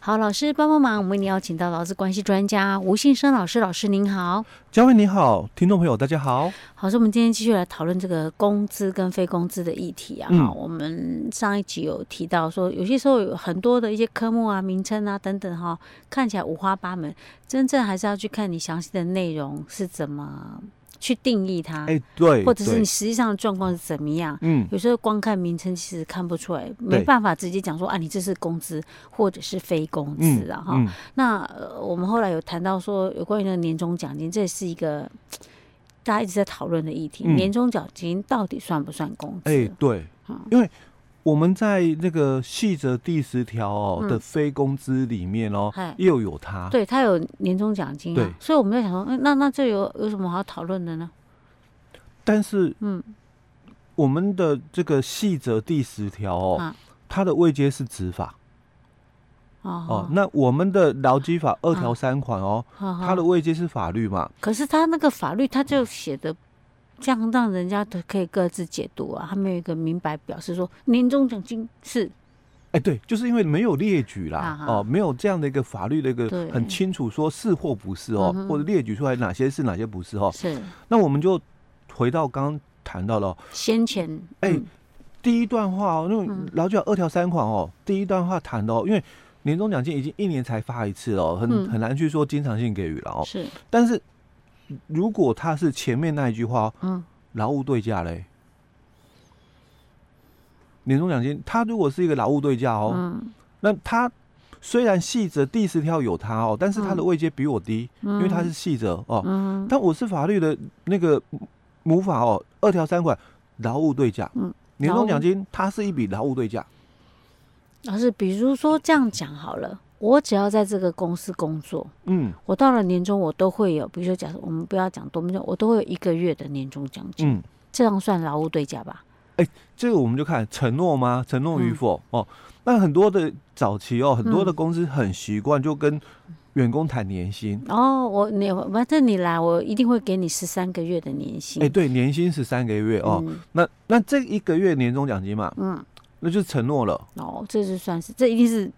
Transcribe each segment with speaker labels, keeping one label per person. Speaker 1: 好，老师帮帮忙，我们为您邀请到劳资关系专家吴信生老师，老师您好。
Speaker 2: 嘉惠你好，听众朋友大家好。
Speaker 1: 好，所以我们今天继续来讨论这个工资跟非工资的议题啊。
Speaker 2: 嗯
Speaker 1: 哈，我们上一集有提到说，有些时候有很多的一些科目啊、名称啊等等哈、看起来五花八门，真正还是要去看你详细的内容是怎么去定义它，
Speaker 2: 哎、对，
Speaker 1: 或者是
Speaker 2: 对
Speaker 1: 你实际上的状况是怎么样。
Speaker 2: 嗯，
Speaker 1: 有时候光看名称其实看不出来，没
Speaker 2: 对
Speaker 1: 办法直接讲说啊，你这是工资或者是非工
Speaker 2: 嗯
Speaker 1: 资啊哈。
Speaker 2: 嗯
Speaker 1: 那、呃、我们后来有谈到说，有关于那个年终奖金，这也是一个大家一直在讨论的议题。
Speaker 2: 嗯
Speaker 1: 年终奖金到底算不算工资？
Speaker 2: 哎、对
Speaker 1: 嗯，
Speaker 2: 因为我们在那个细则第十条哦、
Speaker 1: 嗯
Speaker 2: 的非工资里面哦、
Speaker 1: 嗨
Speaker 2: 又有它。
Speaker 1: 对，它有年终奖金啊
Speaker 2: 对，
Speaker 1: 所以我们在想说，嗯那那这有有什么好讨论的呢？
Speaker 2: 但是
Speaker 1: 嗯，
Speaker 2: 我们的这个细则第十条哦、
Speaker 1: 啊
Speaker 2: 它的位阶是执法哦、
Speaker 1: 哦，
Speaker 2: 那我们的劳基法二条三款哦、
Speaker 1: 好好
Speaker 2: 它的位阶是法律嘛。
Speaker 1: 可是他那个法律他就写的。这样让人家都可以各自解读啊，他没有一个明白表示说年终奖金是
Speaker 2: 哎、对，就是因为没有列举啦，
Speaker 1: 啊哈
Speaker 2: 哦、没有这样的一个法律的一个
Speaker 1: 对
Speaker 2: 很清楚说是或不是哦、
Speaker 1: 嗯哼
Speaker 2: 或者列举出来哪些是哪些不是哦、
Speaker 1: 是
Speaker 2: 那我们就回到刚刚谈到了哦
Speaker 1: 先前
Speaker 2: 哎
Speaker 1: 嗯
Speaker 2: 第一段话哦，那种
Speaker 1: 嗯
Speaker 2: 劳教二条三款哦，第一段话谈的哦，因为年终奖金已经一年才发一次了哦，
Speaker 1: 嗯
Speaker 2: 很很难去说经常性给予了哦。
Speaker 1: 是
Speaker 2: 但是如果他是前面那一句话哦，
Speaker 1: 嗯
Speaker 2: 劳务对价嘞，年终奖金，他如果是一个劳务对价哦，
Speaker 1: 嗯
Speaker 2: 那他虽然细则第十条有他哦，但是他的
Speaker 1: 嗯
Speaker 2: 位阶比我低，因为他是细则哦，
Speaker 1: 嗯
Speaker 2: 但我是法律的那个母法哦，二条三款劳务对价，
Speaker 1: 嗯
Speaker 2: 年
Speaker 1: 劳务
Speaker 2: 终奖金它是一笔劳务对价，
Speaker 1: 老师，比如说这样讲好了，我只要在这个公司工作，
Speaker 2: 嗯
Speaker 1: 我到了年终我都会有，比如说假设我们不要讲多么久，我都会有一个月的年终奖金，
Speaker 2: 嗯，
Speaker 1: 这样算劳务对价吧？
Speaker 2: 这个我们就看承诺吗？承诺与否、
Speaker 1: 嗯
Speaker 2: 哦。那很多的早期哦，很多的公司很习惯就跟员工谈年薪，
Speaker 1: 哦，我你反正你来，我一定会给你十三个月的年薪。
Speaker 2: 哎、对，年薪是三个月哦，
Speaker 1: 嗯，
Speaker 2: 那那这一个月年终奖金嘛，
Speaker 1: 嗯，
Speaker 2: 那就是承诺了。
Speaker 1: 哦，这就算是，这一定是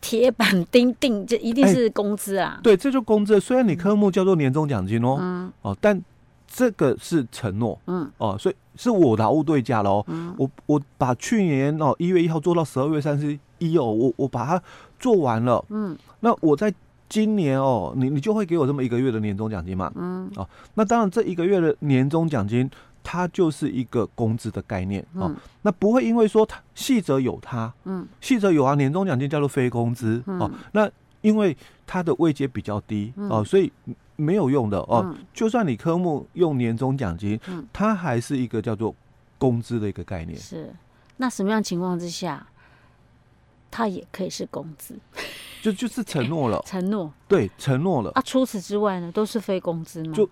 Speaker 1: 铁板钉钉，这一定
Speaker 2: 哎
Speaker 1: 是工资啊。
Speaker 2: 对，这就工资。虽然你科目叫做年终奖金哦，
Speaker 1: 嗯
Speaker 2: 哦，但这个是承诺
Speaker 1: 嗯
Speaker 2: 哦，所以是我劳务对价喽。
Speaker 1: 嗯，
Speaker 2: 我我把去年哦一月一号做到十二月三十一哦，我我把它做完了，
Speaker 1: 嗯
Speaker 2: 那我在今年哦，你你就会给我这么一个月的年终奖金嘛？哦
Speaker 1: 嗯
Speaker 2: 那当然，这一个月的年终奖金它就是一个工资的概念哦，
Speaker 1: 嗯
Speaker 2: 那不会因为说它细则有它，
Speaker 1: 嗯，
Speaker 2: 细则有啊，年终奖金叫做非工资、哦
Speaker 1: 嗯，
Speaker 2: 那因为它的位阶比较低、哦，
Speaker 1: 嗯
Speaker 2: 所以没有用的哦，
Speaker 1: 嗯
Speaker 2: 就算你科目用年终奖金，
Speaker 1: 嗯
Speaker 2: 它还是一个叫做工资的一个概念。
Speaker 1: 是。那什么样情况之下，它也可以是工资
Speaker 2: 哦就就是承 诺了，
Speaker 1: 承诺？
Speaker 2: 对，承诺了，
Speaker 1: 啊，除此之外呢，都是非工资吗？
Speaker 2: 就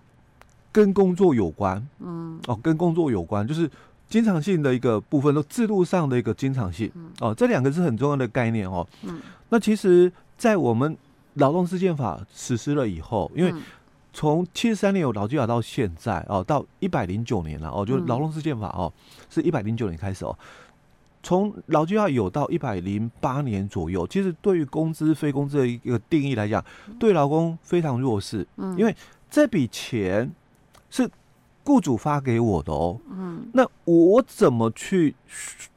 Speaker 2: 跟工作有关，嗯，哦，跟工作有关，就是经常性的一个部分，都制度上的一个经常性，哦，这两个是很重要的概念哦。
Speaker 1: 嗯，
Speaker 2: 那其实，在我们劳动事件法实施了以后，因为
Speaker 1: 嗯
Speaker 2: 从七十三年有劳基法到现在哦，到一百零九年了哦，就是
Speaker 1: 嗯
Speaker 2: 劳动事件法哦，是一百零九年开始哦。从劳基法有到一百零八年左右，其实对于工资非工资的一个定义来讲，对劳工非常弱势，
Speaker 1: 嗯
Speaker 2: 因为这笔钱是雇主发给我的哦，
Speaker 1: 嗯
Speaker 2: 那我怎么去说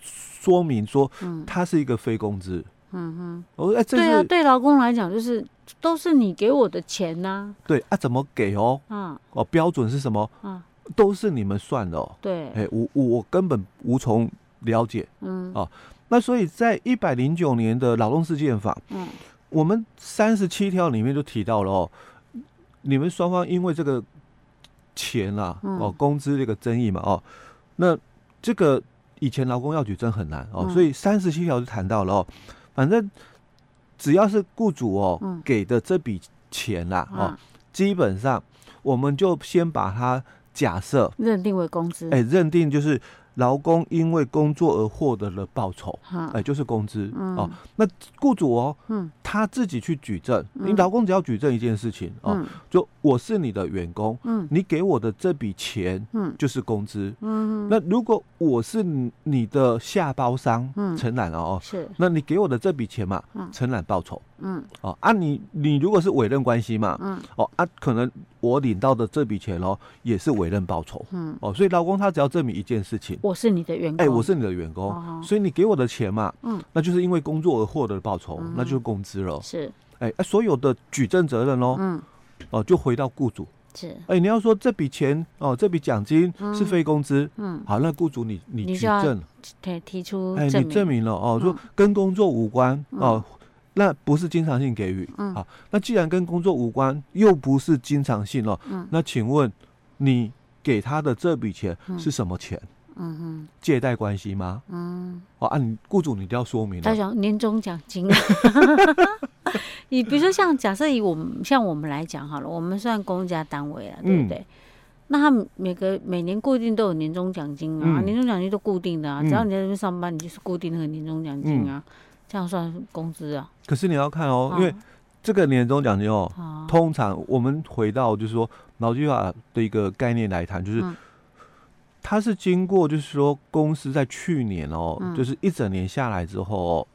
Speaker 2: 说明说
Speaker 1: 嗯
Speaker 2: 它是一个非工资？
Speaker 1: 嗯嗯，
Speaker 2: 哦，哎、这
Speaker 1: 对啊，
Speaker 2: 是
Speaker 1: 对劳工来讲就是都是你给我的钱呐、
Speaker 2: 对啊，怎么给哦？
Speaker 1: 啊，
Speaker 2: 哦，标准是什么？
Speaker 1: 啊
Speaker 2: 都是你们算的哦。
Speaker 1: 对，
Speaker 2: 哎、我我我根本无从了解。
Speaker 1: 嗯
Speaker 2: 哦那所以在一百零九年的劳动事件法，
Speaker 1: 嗯
Speaker 2: 我们三十七条里面就提到了哦，你们双方因为这个钱啦、
Speaker 1: 嗯
Speaker 2: 哦，工资这个争议嘛，哦，那这个以前劳工要举证很难哦，
Speaker 1: 嗯
Speaker 2: 所以三十七条就谈到了哦，反正只要是雇主哦、
Speaker 1: 嗯
Speaker 2: 给的这笔钱啦、哦，
Speaker 1: 啊，
Speaker 2: 基本上我们就先把它假设，哎
Speaker 1: 认定为工资，
Speaker 2: 哎、认定就是劳工因为工作而获得了报酬，
Speaker 1: 哈
Speaker 2: 哎、，就是工资、哦。那雇主哦，
Speaker 1: 啊嗯
Speaker 2: 他自己去举证，你
Speaker 1: 嗯
Speaker 2: 劳工只要举证一件事情哦，
Speaker 1: 嗯
Speaker 2: 就我是你的员工，
Speaker 1: 嗯
Speaker 2: 你给我的这笔钱
Speaker 1: 嗯
Speaker 2: 就是工资。
Speaker 1: 嗯，
Speaker 2: 那如果我是你你的下包商，
Speaker 1: 嗯
Speaker 2: 承揽了哦，
Speaker 1: 是，
Speaker 2: 那你给我的这笔钱嘛
Speaker 1: 嗯，
Speaker 2: 承揽报酬
Speaker 1: 嗯
Speaker 2: 哦啊你，你如果是委任关系嘛，
Speaker 1: 嗯
Speaker 2: 哦啊，可能我领到的这笔钱哦也是委任报酬
Speaker 1: 嗯，
Speaker 2: 哦，所以劳工他只要证明一件事情，
Speaker 1: 我是你的员工，
Speaker 2: 哎、我是你的员工，
Speaker 1: 哦
Speaker 2: 所以你给我的钱嘛，
Speaker 1: 嗯
Speaker 2: 那就是因为工作而获得的报酬，
Speaker 1: 嗯
Speaker 2: 那就是工资了，
Speaker 1: 是，
Speaker 2: 哎、啊所有的举证责任哦，
Speaker 1: 嗯
Speaker 2: 哦就回到雇主，
Speaker 1: 是，
Speaker 2: 哎、你要说这笔钱哦，这笔奖金
Speaker 1: 嗯
Speaker 2: 是非工资，
Speaker 1: 嗯，
Speaker 2: 好，那雇主你你
Speaker 1: 你
Speaker 2: 举
Speaker 1: 就要
Speaker 2: 证，
Speaker 1: 对，提出
Speaker 2: 哎、
Speaker 1: 证
Speaker 2: 你证
Speaker 1: 明，
Speaker 2: 明了哦，说
Speaker 1: 嗯
Speaker 2: 跟工作无关、哦，那不是经常性给予。
Speaker 1: 嗯
Speaker 2: 好，那既然跟工作无关，又不是经常性哦，
Speaker 1: 嗯
Speaker 2: 那请问你给他的这笔钱
Speaker 1: 嗯
Speaker 2: 是什么钱？
Speaker 1: 嗯
Speaker 2: 借贷关系吗？
Speaker 1: 嗯嗯，
Speaker 2: 哦，啊，你雇主你一定要说明
Speaker 1: 他
Speaker 2: 了。
Speaker 1: 想年终奖金。 你比如说像假设以我们像我们来讲好了，我们算公家单位啊，对
Speaker 2: 嗯
Speaker 1: 不对？那他们每个每年固定都有年终奖金啊，
Speaker 2: 嗯
Speaker 1: 年终奖金都固定的啊，
Speaker 2: 嗯
Speaker 1: 只要你在这边上班，你就是固定那个年终奖金啊，这样算工资啊。
Speaker 2: 可是你要看哦，
Speaker 1: 啊
Speaker 2: 因为这个年终奖金哦，
Speaker 1: 啊，
Speaker 2: 通常我们回到就是说劳基法的一个概念来谈，就是。
Speaker 1: 嗯
Speaker 2: 它是经过，就是说公司在去年哦，
Speaker 1: 嗯
Speaker 2: 就是一整年下来之后哦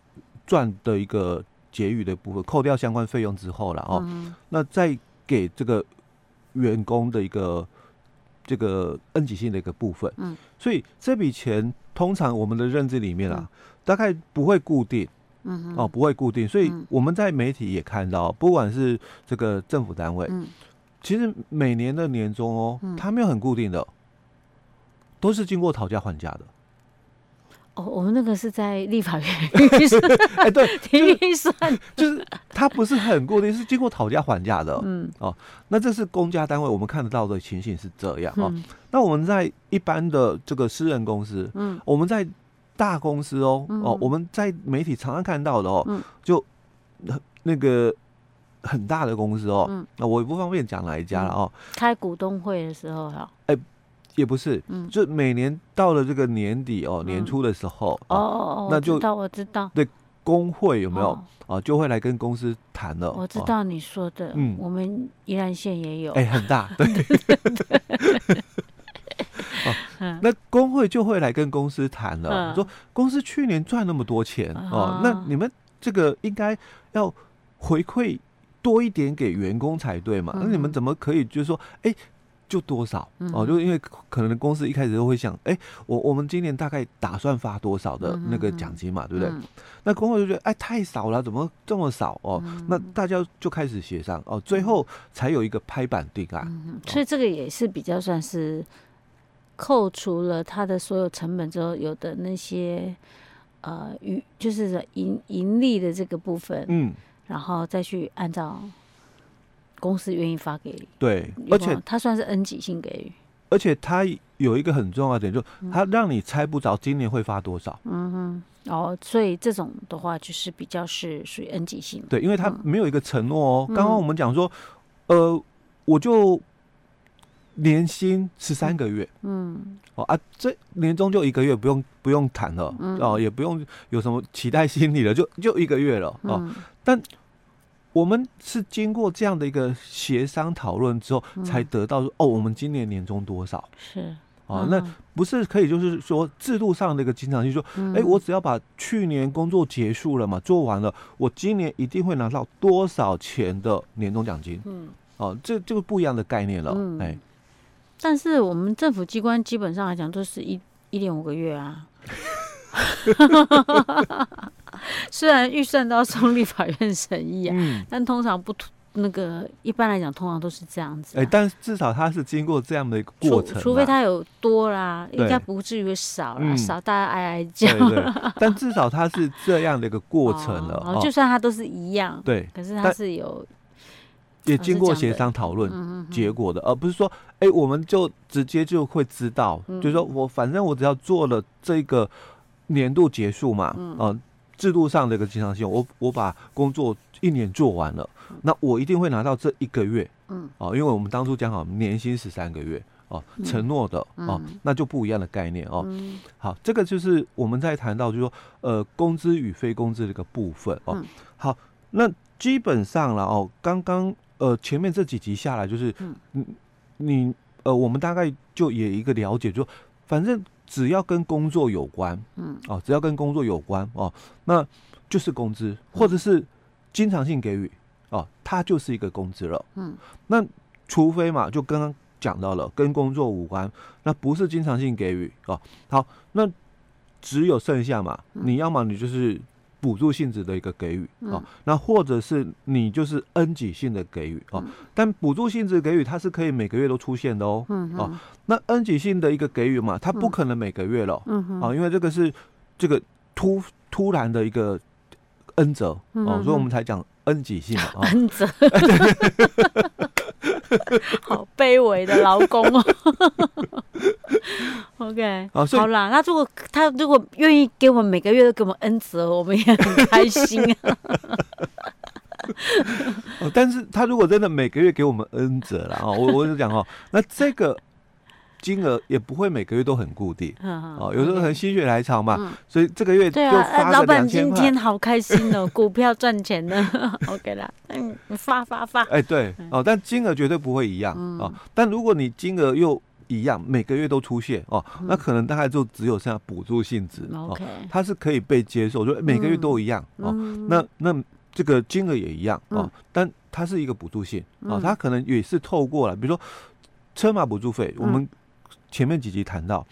Speaker 2: 赚、的一个结余的部分，扣掉相关费用之后了哦，
Speaker 1: 嗯
Speaker 2: 那再给这个员工的一个这个恩给性的一个部分。
Speaker 1: 嗯，
Speaker 2: 所以这笔钱通常我们的认知里面啊，大概不会固定。
Speaker 1: 嗯
Speaker 2: 哦，不会固定，所以
Speaker 1: 嗯
Speaker 2: 我们在媒体也看到，不管是这个政府单位，
Speaker 1: 嗯
Speaker 2: 其实每年的年终哦
Speaker 1: 嗯，
Speaker 2: 它没有很固定的，都是经过讨价还价 的。
Speaker 1: 哦，我们那个是在立法 院预算
Speaker 2: 哎、对，
Speaker 1: 提预算，
Speaker 2: 就是它不是很固定，是经过讨价还价的。哦
Speaker 1: 嗯
Speaker 2: 那这是公家单位，我们看得到的情形是这样哦。
Speaker 1: 嗯
Speaker 2: 那我们在一般的这个私人公司，
Speaker 1: 嗯
Speaker 2: 我们在大公司哦，哦
Speaker 1: 嗯，
Speaker 2: 我们在媒体常常看到的哦，
Speaker 1: 嗯
Speaker 2: 就呃那个很大的公司哦，
Speaker 1: 嗯
Speaker 2: 那我也不方便讲哪一家了哦，
Speaker 1: 开股东会的时候哈，
Speaker 2: 也不是，
Speaker 1: 嗯
Speaker 2: 就每年到了这个年底哦，
Speaker 1: 嗯
Speaker 2: 年初的时候
Speaker 1: 哦，哦哦，
Speaker 2: 那
Speaker 1: 我知
Speaker 2: 就
Speaker 1: 道我知道
Speaker 2: 工会有没有
Speaker 1: 哦
Speaker 2: 啊，就会来跟公司谈了，
Speaker 1: 我知
Speaker 2: 哦，
Speaker 1: 道你说的，
Speaker 2: 嗯
Speaker 1: 我们宜兰县也有，
Speaker 2: 哎，很大，对。哦，那工会就会来跟公司谈了，
Speaker 1: 啊嗯
Speaker 2: 说公司去年赚那么多钱哦
Speaker 1: 啊，
Speaker 2: 那你们这个应该要回馈多一点给员工才对嘛？那你们
Speaker 1: 嗯
Speaker 2: 怎么可以就是说，哎、就多少
Speaker 1: 嗯
Speaker 2: 哦？就因为可能公司一开始都会想，哎、我我们今年大概打算发多少的那个
Speaker 1: 嗯嗯嗯
Speaker 2: 奖金嘛，对不对？
Speaker 1: 嗯
Speaker 2: 那工会就觉得，哎，太少了，怎么这么少哦？
Speaker 1: 嗯
Speaker 2: 那大家就开始协商哦，最后才有一个拍板定案。
Speaker 1: 嗯所以这个也是比较算是扣除了它的所有成本之后，有的那些呃盈就是盈盈利的这个部分，
Speaker 2: 嗯，
Speaker 1: 然后再去按照公司愿意发给，
Speaker 2: 对，而且
Speaker 1: 它算是恩给性给予，
Speaker 2: 而且它有一个很重要的点，就是它让你猜不着今年会发多少。
Speaker 1: 嗯哼，哦，所以这种的话就是比较是属于恩给性，
Speaker 2: 对，因为它
Speaker 1: 嗯
Speaker 2: 没有一个承诺哦。刚
Speaker 1: 嗯
Speaker 2: 刚我们讲说，呃，我就年薪十三个月
Speaker 1: 嗯
Speaker 2: 哦啊，这年终就一个月，不用不用谈了、
Speaker 1: 嗯
Speaker 2: 哦，也不用有什么期待心理了，就就一个月了哦。
Speaker 1: 嗯
Speaker 2: 我们是经过这样的一个协商讨论之后，
Speaker 1: 嗯
Speaker 2: 才得到说哦，我们今年年终多少
Speaker 1: 是嗯
Speaker 2: 哦，那不是可以就是说制度上的一个经常性说，
Speaker 1: 嗯
Speaker 2: 哎、我只要把去年工作结束了嘛，做完了，我今年一定会拿到多少钱的年终奖金？
Speaker 1: 嗯。
Speaker 2: 哦，这这个不一样的概念了。哎、
Speaker 1: 嗯但是我们政府机关基本上来讲都是一一点五个月啊。 虽然预算都要送立法院审议啊，
Speaker 2: 嗯，
Speaker 1: 但通常不那个一般来讲，通常都是这样子啊、
Speaker 2: 哎、但至少它是经过这样的一个
Speaker 1: 除
Speaker 2: 过程啊，
Speaker 1: 除非它有多啦，
Speaker 2: 对
Speaker 1: 应该不至于少啦，
Speaker 2: 嗯
Speaker 1: 少大家哀哀叫
Speaker 2: 对对，但至少它是这样的一个过程了。
Speaker 1: 哦
Speaker 2: 哦，
Speaker 1: 就算它都是一样，
Speaker 2: 对，
Speaker 1: 可是它
Speaker 2: 但
Speaker 1: 是有
Speaker 2: 也
Speaker 1: 哦
Speaker 2: 经
Speaker 1: 是
Speaker 2: 过
Speaker 1: 这样
Speaker 2: 协
Speaker 1: 的
Speaker 2: 商讨论
Speaker 1: 嗯嗯
Speaker 2: 结果的，而不是说，哎、我们就直接就会知道，
Speaker 1: 嗯
Speaker 2: 就是说我反正我只要做了这个年度结束嘛，嗯、制度上的一个经常性，我我把工作一年做完了，那我一定会拿到这一个月，
Speaker 1: 嗯嗯
Speaker 2: 哦、因为我们当初讲好年薪十三个月，哦，承诺的哦，那就不一样的概念哦。好，这个就是我们在谈到就是说呃工资与非工资的一个部分哦
Speaker 1: 嗯。
Speaker 2: 好，那基本上了哦，刚刚呃前面这几集下来就是
Speaker 1: 嗯
Speaker 2: 你你呃我们大概就也一个了解，就反正只要跟工作有关，
Speaker 1: 嗯，
Speaker 2: 哦，只要跟工作有关哦，那就是工
Speaker 1: 嗯
Speaker 2: 资，或者是经常性给予哦，它就是一个工资了。
Speaker 1: 嗯，
Speaker 2: 那除非嘛，就刚刚讲到了跟工作无关，那不是经常性给予哦。好，那只有剩下嘛，
Speaker 1: 嗯
Speaker 2: 你要么你就是。补助性质的一个给予哦，那或者是你就是恩给性的给予
Speaker 1: 嗯
Speaker 2: 哦，但补助性质给予它是可以每个月都出现的哦，
Speaker 1: 嗯
Speaker 2: 哦，那恩给性的一个给予嘛，它不可能每个月了，
Speaker 1: 嗯哼，
Speaker 2: 啊，因为这个是这个突突然的一个恩泽
Speaker 1: 嗯
Speaker 2: 哦
Speaker 1: 哼，
Speaker 2: 所以我们才讲恩给性嘛
Speaker 1: 。
Speaker 2: 啊
Speaker 1: 恩泽，好卑微的劳工哦。OK，、
Speaker 2: 啊所以
Speaker 1: 好啦，那如果他如果愿意给我们每个月都给我们恩泽，我们也很开心 啊。
Speaker 2: 哦但是他如果真的每个月给我们恩泽了啊，我我就讲哦，那这个金额也不会每个月都很固定哦，有时候可能心血来潮嘛，所以这个月就
Speaker 1: 啊嗯对啊，
Speaker 2: 发
Speaker 1: 呃
Speaker 2: 个
Speaker 1: 老
Speaker 2: 两
Speaker 1: 板
Speaker 2: 千
Speaker 1: 今
Speaker 2: 块
Speaker 1: 天。好开心哦，股票赚钱了。OK 啦，嗯，发发发，
Speaker 2: 哎，对
Speaker 1: 嗯
Speaker 2: 哦，但金额绝对不会一样哦。但如果你金额又一样，每个月都出现哦，那
Speaker 1: 嗯
Speaker 2: 可能大概就只有剩下补助性质哦
Speaker 1: OK，
Speaker 2: 它是可以被接受，就每个月
Speaker 1: 嗯
Speaker 2: 都一样、哦。那那这个金额也一样哦，
Speaker 1: 嗯
Speaker 2: 但它是一个补助性哦，它可能也是透过了，比如说车马补助费，
Speaker 1: 嗯
Speaker 2: 我们前面几集谈到，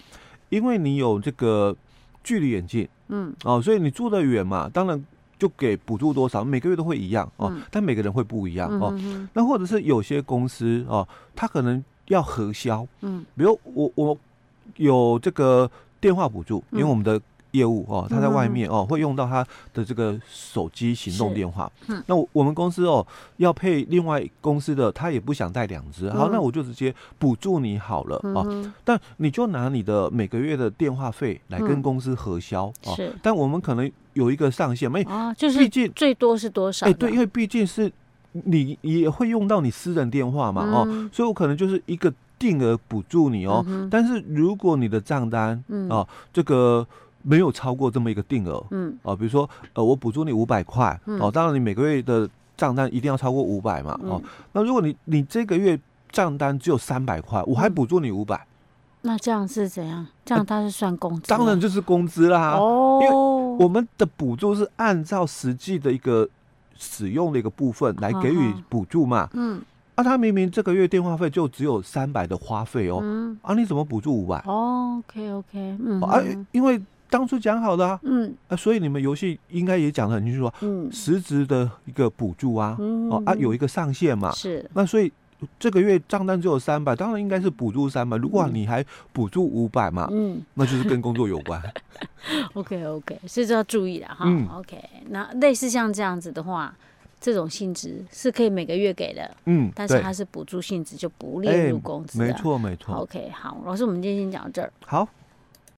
Speaker 2: 因为你有这个距离远近，
Speaker 1: 嗯，
Speaker 2: 哦，所以你住得远嘛，当然就给补助多少，每个月都会一样哦，
Speaker 1: 嗯
Speaker 2: 但每个人会不一样
Speaker 1: 嗯
Speaker 2: 哦。
Speaker 1: 哼哼
Speaker 2: 那或者是有些公司哦，它可能要核销，
Speaker 1: 嗯
Speaker 2: 比如我我有这个电话补助，因为
Speaker 1: 嗯
Speaker 2: 我们的业务哦，他在外
Speaker 1: 嗯
Speaker 2: 面哦会用到他的这个手机行动
Speaker 1: 是
Speaker 2: 电话。
Speaker 1: 嗯
Speaker 2: 那我我们公司哦要配另外公司的，他也不想带两只，好，
Speaker 1: 嗯
Speaker 2: 那我就直接补助你好了
Speaker 1: 嗯
Speaker 2: 哦。
Speaker 1: 哼，
Speaker 2: 但你就拿你的每个月的电话费来跟
Speaker 1: 嗯
Speaker 2: 公司核销哦。
Speaker 1: 是
Speaker 2: 但我们可能有一个上限，没，
Speaker 1: 哦，就
Speaker 2: 毕
Speaker 1: 是
Speaker 2: 竟
Speaker 1: 最多是多少
Speaker 2: 哎、
Speaker 1: 呢？
Speaker 2: 对，因为毕竟是你也会用到你私人电话嘛，哦
Speaker 1: 嗯，
Speaker 2: 所以我可能就是一个定额补助你哦。但是如果你的账单
Speaker 1: 嗯
Speaker 2: 哦，这个没有超过这么一个定额
Speaker 1: 嗯
Speaker 2: 哦，比如说呃，我补助你五百块哦，当然你每个月的账单一定要超过五百嘛哦
Speaker 1: 嗯。
Speaker 2: 那如果你你这个月账单只有三百块，我
Speaker 1: 嗯
Speaker 2: 还补助你五百，
Speaker 1: 哦那这样是怎样？这样他是算工资啊？
Speaker 2: 当然就是工资啦。
Speaker 1: 哦，
Speaker 2: 因为我们的补助是按照实际的一个使用的一个部分来给予
Speaker 1: 嗯嗯
Speaker 2: 补助嘛。
Speaker 1: 嗯
Speaker 2: 啊，他明明这个月电话费就只有三百的花费哦，
Speaker 1: 嗯
Speaker 2: 啊，你怎么补助五百、
Speaker 1: 哦，OK OK，嗯
Speaker 2: 啊
Speaker 1: 哼，
Speaker 2: 因为当初讲好的啊，
Speaker 1: 嗯
Speaker 2: 啊，所以你们游戏应该也讲得很清楚啊，
Speaker 1: 嗯
Speaker 2: 实质的一个补助啊，
Speaker 1: 嗯
Speaker 2: 哦啊，有一个上限嘛，
Speaker 1: 是
Speaker 2: 那所以这个月账单只有三百，当然应该是补助三百，如果你还补助五百嘛，
Speaker 1: 嗯
Speaker 2: 那就是跟工作有 关，
Speaker 1: OK OK，所以这要注意了哈。
Speaker 2: 嗯
Speaker 1: OK，那类似像这样子的话，这种性质是可以每个月给的，
Speaker 2: 嗯，
Speaker 1: 但是
Speaker 2: 对，
Speaker 1: 它是补助性质，就不
Speaker 2: 哎
Speaker 1: 列入工资的。
Speaker 2: 没错没错，
Speaker 1: OK，好，老师，我们今天先讲到这儿。
Speaker 2: 好，